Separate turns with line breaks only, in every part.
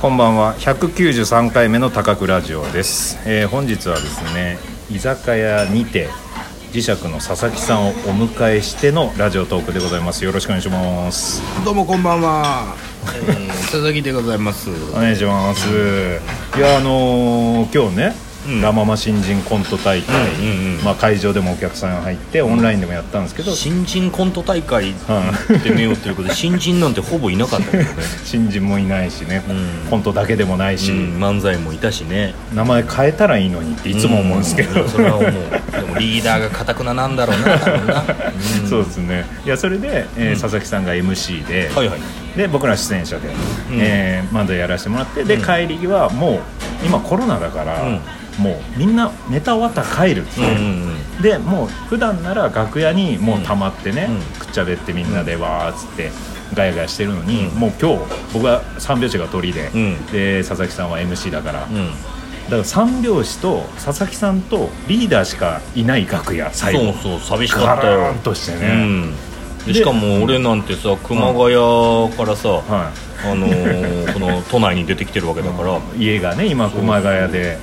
こんばんは193回目の高倉ラジオです、えー本日はですね居酒屋にて磁石の佐々木さんをお迎えしてのラジオトークでございますよろしくお願いします
どうもこんばんは、えー、佐々木でございます
お願いしますいやあのー今日ね、ラ・ママ新人コント大会、まあ、会場でもお客さん入ってオンラインでもやったんですけど、
新人コント大会って目をってることで新人なんてほぼいなかったけどね、
新人もいないしね、
うん
コントだけでもないし、
うん漫才もいたしね
名前変えたらいいのにっていつも思うんですけど、
うそれは思うでもリーダーがかたくななんだろうな多分な、うん
そうですねいやそれで、えー佐々木さんが MC で、
はいはい
で僕ら出演者で、えーまだやらせてもらってで、帰りはもう今コロナだから、
うん
もうみんなネタ終わったら帰るっつっ
うん
て、
うん
でもう普段なら楽屋にもうたまってね、
うん
くっちゃべってみんなでわーっつってガヤガヤしてるのに、もう今日僕は三拍子が鳥で、
うん
で佐々木さんは MC だから、
うんうん
だから三拍子と佐々木さんとリーダーしかいない楽屋最後
そうそう寂しか
ガ
ったよ
ラーンとして
う
ね、
んでしかも俺なんてさ熊谷からさ、
は
あのーこの都内に出てきてるわけだから、
い、家がね今熊谷で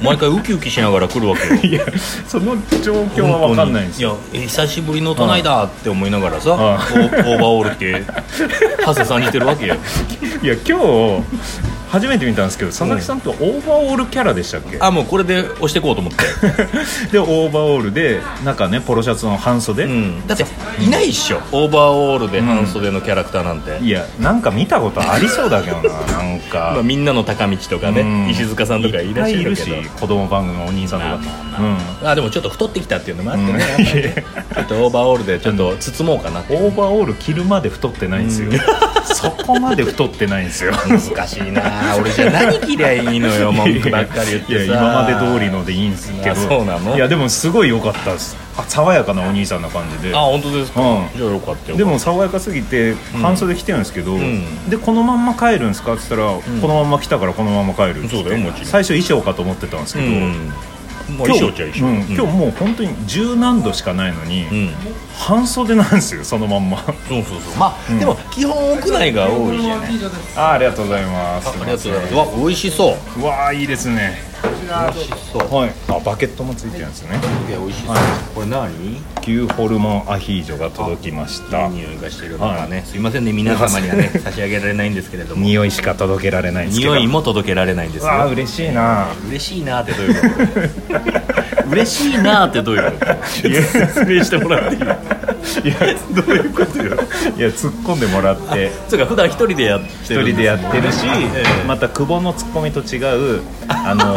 毎回ウキウキしながら来るわけ
い
よ
やその状況は分かんないんですよ
本当にいや久しぶりの都内だって思いながらさ、
ああ
オーオーバーオール着て長谷さんにしてるわ けよ
いや今日初めて見たんですけど佐々木さんってオーバーオールキャラでしたっけ、
あもうこれで押してこうと思って、
でオーバーオールで中ねポロシャツの半袖、
うん、だっていないっしょオーバーオールで半袖のキャラクターなんて、
いやなんか見たことありそうだけどななん
まあ、
か、
みんなの高道とかね、
うん
石塚さんとかいらっしゃ
いっぱ
るけ
い
ど
いるし子供番組のお兄さんとかうん
あでもちょっと太ってきたっていうのもあってね、
うん
やっぱりねちょっとオーバーオールでちょっと包もうかなって
オーバーオール着るまで太ってないんですよ、そこまで太ってないんですよ
難しいなあ俺じゃあ何着りゃいいのよ文句ばっかり言ってさ
いや今まで通りのでいいんですけど
あそうなの
いやでもすごい良かったですあ爽やかなお兄さんな感じで
あ本当ですか、
うん
じゃあよかったよ
でも爽やかすぎて半袖着てるんですけど、
ん
でこのまんま帰るんですかって言ったら、このまんま来たからこのまま帰るっつって
そうだよもちろん
最初衣装かと思ってたんですけど、
うん、もう
今
衣
日
装っちゃ衣装、
うん今日もう本当に十何度しかないのに、
うん、
半袖なんですよそのまんま
そうそうそうまあ、でも基本屋内が多いじゃない
あありがとうございます
ありがとうございますわ美味しそう
うわあいいですね
美味しそう
はいあバケットもついてるんですね
いや美味しそう、これ何い
牛ホルモンアヒージョが届きました
い匂いがしてるのかね、すいませんね皆様にはね差し上げられないんですけれども
匂いしか届けられないんですけど
匂いも届けられないんです
わあ
よ
嬉しいな
嬉しいなーってどういうこと 嬉しいなーってどう いうこと説明してもらっていい
いやどういうことよいや突っ込んでもらって
そうか普段一人でやって
一
る
人でやってるし、
ええ
また久保のツッコミと違うあの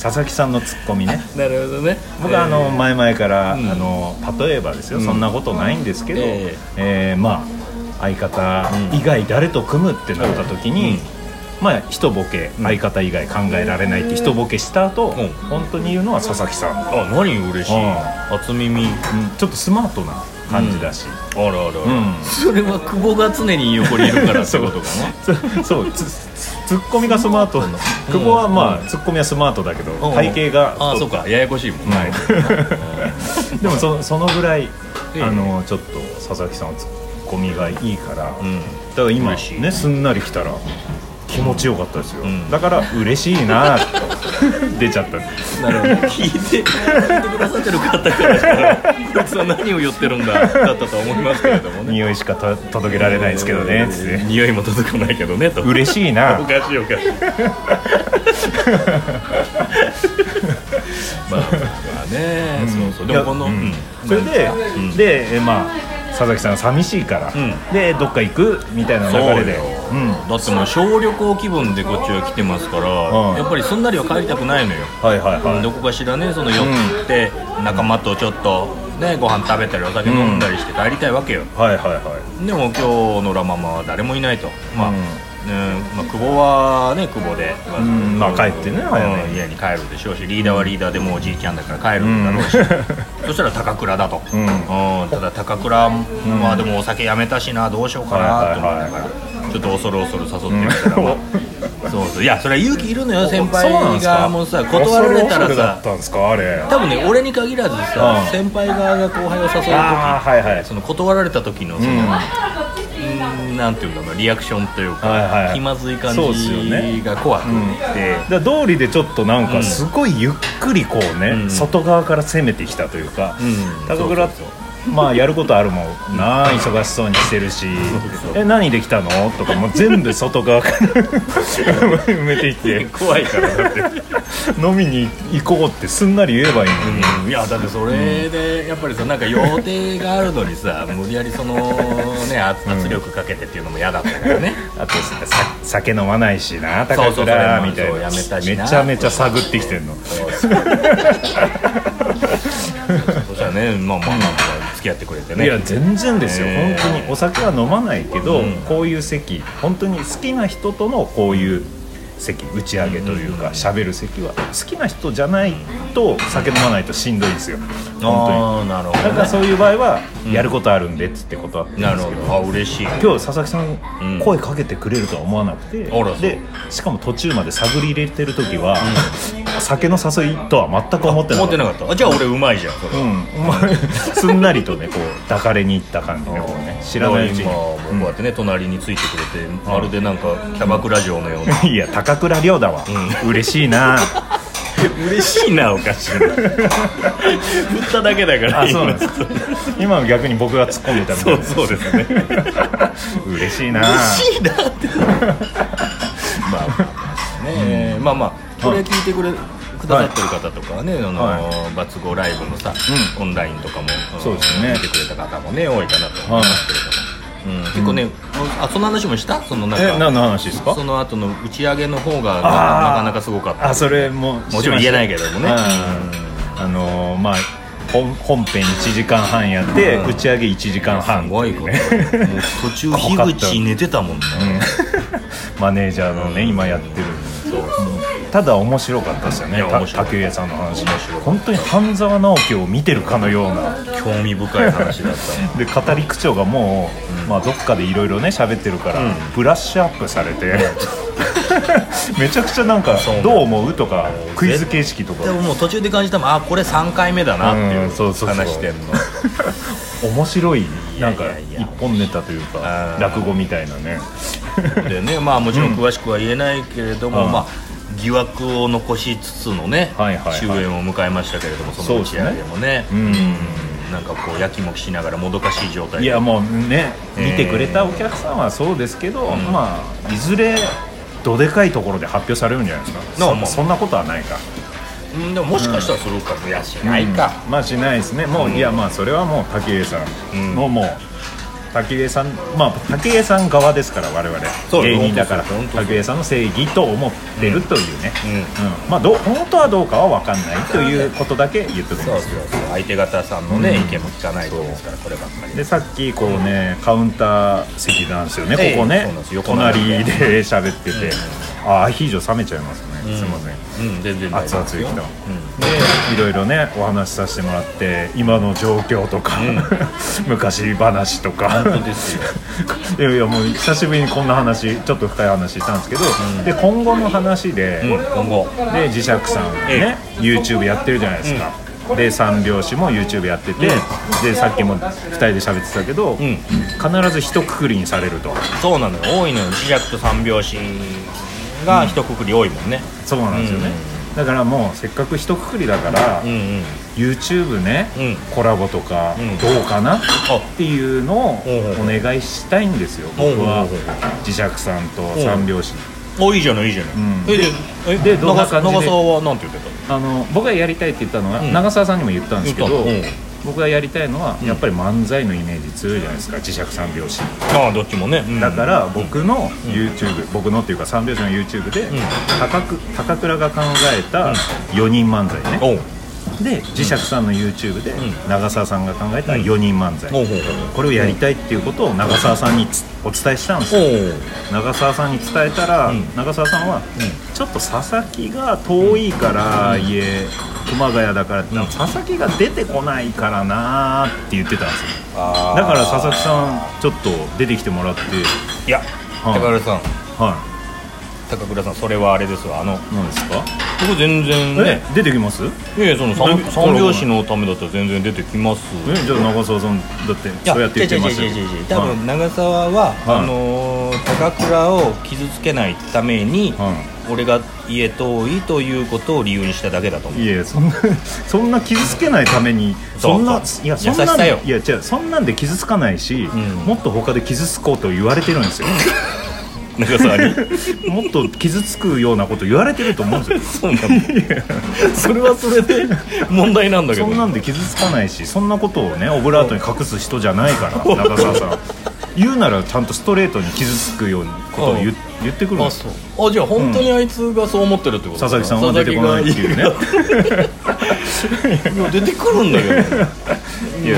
佐々木さんのツッコミね
なるほどね
僕はあの前々から、
うん
あの例えばですよ、そんなことないんですけど、
え
えーまあ相方以外誰と組むってなった時に、まあ一ボケ、相方以外考えられないって一ボケした後、
うん
本当に言うのは佐々木さん、
あ何嬉しいな初耳
うんちょっとスマートな感じだし、
あらあらあら、
うん
それは久保が常に横にいるからってことか
つ
な
そうつツッコミがスマートな久保はまあ、ツッコミはスマートだけど、
うん
体型が
ああそうかややこしいもんね、
はいでもそそのぐらい、あのちょっと佐々木さんはツッコミがいいから、
うん
だから今
嬉しい
ねすんなり来たら気持ちよかったですよ、
ん
だから嬉しいな ーって出ちゃった
なるほど聞いて聞いてくださってる方からしたら「こいつは何を言ってるんだ」だったと思いますけれどもね
匂いしかと届けられないですけどねつって
匂いも届かないけどねと
嬉しいな
おかしいおかしいまあまあね、そうそうでもこの、
いや
うん
それで、でえまあ佐々木さんが寂しいから、
ん
でどっか行くみたいな流れで
そうよ
うんは
だってもう小旅行気分でこっちは来てますから、
うん
やっぱりすんなりは帰りたくないのよ
いはいはい
どこかしらねその寄って仲間とちょっとねご飯食べたりお酒飲んだりして帰りたいわけよ、
はいはいはい
でも今日のラ・ママは誰もいないとまあ、
うん
ねまあ、久保はね久保で、
んまあ帰ってね
うん
早めに
家に帰るでしょうしリーダーはリーダーでもうおじいちゃんだから帰るんだろ うし、そしたら高倉だと、
うん
うんただ高倉はでもお酒やめたしなどうしようかなと思いながら、ちょっと恐る恐る誘ってみたら、まあそうそういやそれは勇気いるのよ先
そうなん
輩
すか
がもうさ断られた
恐
ら
恐だっ
さ
たんですかあれ
多分ね俺に限らずさ、
うん
先輩側が後輩を誘う時
ああはいはい
その断られた時のその、
ん
うーんなんていうんだろうリアクションというか、
はいはいはい
気まずい感
そうっすよね
じが怖くて、
だから道理でちょっとなん
う
か
ん
すごいゆっくりこうね、
うん
外側から攻めてきたというか、
うん
高倉
そうそう
まあやることあるもんなあ忙しそうにしてるし「え何できたの?」とかもう全部外側から 埋めていって
怖いからだって、
飲みに行こうってすんなり言えばいいのに、
いやだってそれでやっぱりさなんか予定があるのにさ無理やりそのね圧圧力かけてっていうのも嫌だったからね、
あとさ酒飲まないしな
そう
高
そう
倉
それも
みたいな
そうやめたしな
めちゃめちゃ探ってきてんの
そしたらねまあまあなんとか付き合ってくれてね
いや全然ですよ、
ね
本当にお酒は飲まないけど、
うん
こういう席本当に好きな人とのこういう席打ち上げというか喋、る席は好きな人じゃないと酒飲まないとしんどいんですよ本
ああなるほ
当にだから
ど、ね、
そういう場合はやることあるんでっつってことは
なるほどあ嬉しい
今日佐々木さ
うんん
声かけてくれるとは思わなくて、
あらそう
でしかも途中まで探り入れてる時は、酒の誘いとは全く思ってなか
思っ
ってた
なかったあじゃあ俺うまいじゃんそれ
うん、すんなりとねこう抱かれに行った感じねこうね知らないうちに
だから今もうこうやってね、隣についてくれてまるでなんかキャバクラ嬢のような
いや高倉涼だわ、嬉しい な
嬉しいなおかしいな振っただけだから
あそうなんです 今の逆に僕が突っ込んでたみたい
そう
な
そうですね
嬉しいな
嬉しいなってまあまあねえまあまあこれ聞いてくれくださってる方とかはね、あの
は
バツゴーライブのさ、オンラインとかもあの
そうですね
見てくれた方もね多いかなと思いますけれども、うん、結構ね、あその話もしたそのなん
え
か
何の話ですか
その後の打ち上げの方がな
あー
なかなかすごかった
あそれも
もちろん言えないけどもね
うんあのーまあ本本編1時間半やって、
うん
打ち上げ1時間半
すごいこと、もう途中樋口寝てたもんね、
マネージャーのね、今やってるただ面白かったですよ
い
ね
や
た
面白い
竹上さんの話
面白い
本当に半沢直樹を見てるかのような
興味深い話だっ
で語り口調がもう、まあ、どっかでいろいろね喋ってるから、ブラッシュアップされて めちゃくちゃなんか
そ
「
う
どう思う?」とかクイズ形式とか
たでももう途中で感じたもんあこれ3回目だなっていう
うんそうそうそう
話してんの
面白いなんか
いやいやいや
一本ネタというか
あー
落語みたいなね
でねまあもちろん詳しくは言えないけれども、
うん
まあ疑惑を残しつつのね、
はいはいはい
終焉を迎えましたけれどもその打ち上げもね
う
うんんなんかこうやきもきしながらもどかしい状態
い
で
やもうね
えー
見てくれたお客さんはそうですけど、まあいずれどでかいところで発表されるんじゃないですか
なあ
そ
まあ
そんなことはないか
うんでももしかしたらするかもいやしないか、
まあしないですねもう、いやまあそれはもう滝上さんの、もう滝上さんまあ滝上さん側ですから我々
そう
芸人だから
本当そう本当そう
滝上さんの正義と思ってるというね、
う
うん
ん
まあどう本当はどうかは分かんないということだけ言っておき
そう
ます
そうそう相手方さんのね、
うん
意見も聞かないとですからこればっかり
でさっきこうね、カウンター席なんですよね、
ええ
ここね
そうなんですよ
隣で喋ってて、あアヒージョ冷めちゃいますね、すいません
うん全然大
熱
丈夫
々
です
で
よ
きた、でいろいろねお話しさせてもらって今の状況とか、 昔話とか
本当ですよ
いやいやもう久しぶりにこんな話ちょっと深い話したんですけど、で今後の話で、
うん、今後
で磁石さんね、YouTube やってるじゃないですか、で三拍子も YouTube やってて、でさっきも2人で喋ってたけど、
ん
必ず一括りにされると
そうなのよ多いのよ磁石と三拍子が一括り多いもんね
そうなんですよね、だからもうせっかく一括りだから、
うんうん
YouTube ね、
うん
コラボとか
ん
どうかな、
あ
っていうのをお
うん
願いしたいんですよ、
うん
僕は
うん
磁石さんと三拍子に、
おいいじゃないいいじゃない、
ん
えでえ
でどんな
長
感じで
長澤はなんて言って
あの僕がやりたいって言ったのは、
うん
長澤さんにも言ったんですけど、
言ったうん
僕がやりたいのは、やっぱり漫才のイメージ強いじゃないですか磁石三拍子
たああどっちもね、うん
だから僕の YouTube、僕のっていうか三拍子の YouTube で、
ん
高く高倉が考えた4人漫才ね、
おう
で磁石さんの YouTube で、
ん
長澤さんが考えた4人漫才、
おうおうおう
これをやりたいっていうことを長澤さんにつお伝えしたんですよ
おう
長澤さんに伝えたら、
ん
長澤さんは、ちょっと佐々木が遠いから、いえ熊谷だから、佐々木が出てこないからなーって言ってたんですよ
あ
だから佐々木さんちょっと出てきてもらって
いや
はい
高倉さん
は
高倉さんそれはあれですわあの
い何ですか
僕全然
え
ね
出てきます
いやいやその三
え
三拍子のためだったら全然出てきます
えじゃあ長澤さんだって
いや
そうやって言ってました
違
け
う
ど
違う違う違う違う多分長澤は、
はい
あのー高倉を傷つけないために、
は
俺が家遠いということを理由にしただけだと思 う
いやそんなそんな傷つけないために
そう
そんな
そう
いやそんなん
優しさよ
いや違うそんなんで傷つかないし、もっと他で傷つこうと言われてるん ですよ
長澤に
もっと傷つくようなこと言われてると思うんですよ
そうなんだ それはそれで問題なんだけど
そんなんで傷つかないしそんなことをねオブラートに隠す人じゃないから長澤さん言うならちゃんとストレートに傷つくようなことを言,、
うん
言ってくるんで
あ
す
そ
よ
うあじゃあ本当にあいつがそう思ってるってこと
佐々木さんは出てこないっていうね
いや出てくるんだけど
いや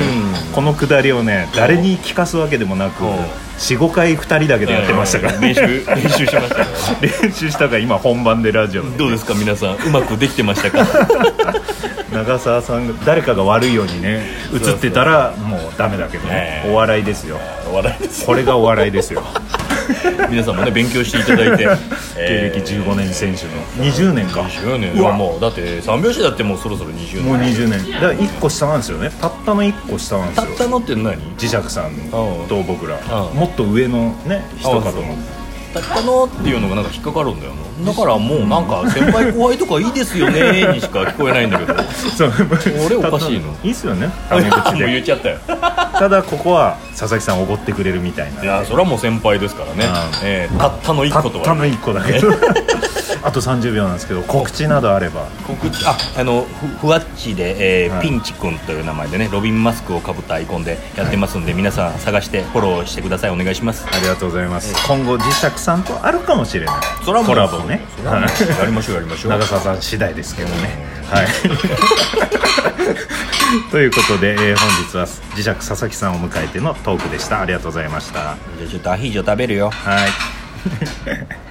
このくだりをね誰に聞かすわけでもなく
うん
45回2人だけでやってましたから、
練習 練習しましたから
練習したから今本番でラジオで
どうですか皆さんうまくできてましたか
長澤さんが誰かが悪いようにね映ってたらもうダメだけどね
ええ
お笑いですよ
笑いです
これがお笑い ですよ
皆さんもね勉強してい ただいて
芸歴15年選手の20年か
10年
うわ
もうだって三拍子だってもうそろそろ20年
もう20年だから1個下なんですよねたったの1個下なんで
た
す
った
よ
のって何
磁石さんと僕ら
うん
もっと上のね人かと思って
たったのっていうのがなんか引っかかるんだよなだからもうなんか先輩後輩とかいいですよね にしか聞こえないんだけども
そう
俺おかしいの
たったいいっすよねタメ口
う
で
言っちゃったよ
ただここは佐々木さんおごってくれるみたいない
やそれはもう先輩ですからね、
うん
えーたったの
た
1
っ
個と
た
は
の1個だ けどあと30秒なんですけど告知などあれば
告知ああのふふわっちで、えー
はい
ピンチくんという名前でねロビンマスクをかぶったアイコンでやってますんで、皆さん探してフォローしてくださいお願いします
ありがとうございます、今後磁石さんとあるかもしれない
それはも
コ
う
ラボね
それはもう やりましょうやりましょう
長澤さん次第ですけどねはい ということで、えー本日は磁石佐々木さんを迎えてのトークでしたありがとうございました
じゃあちょっとアヒージョ食べる
は
よ
い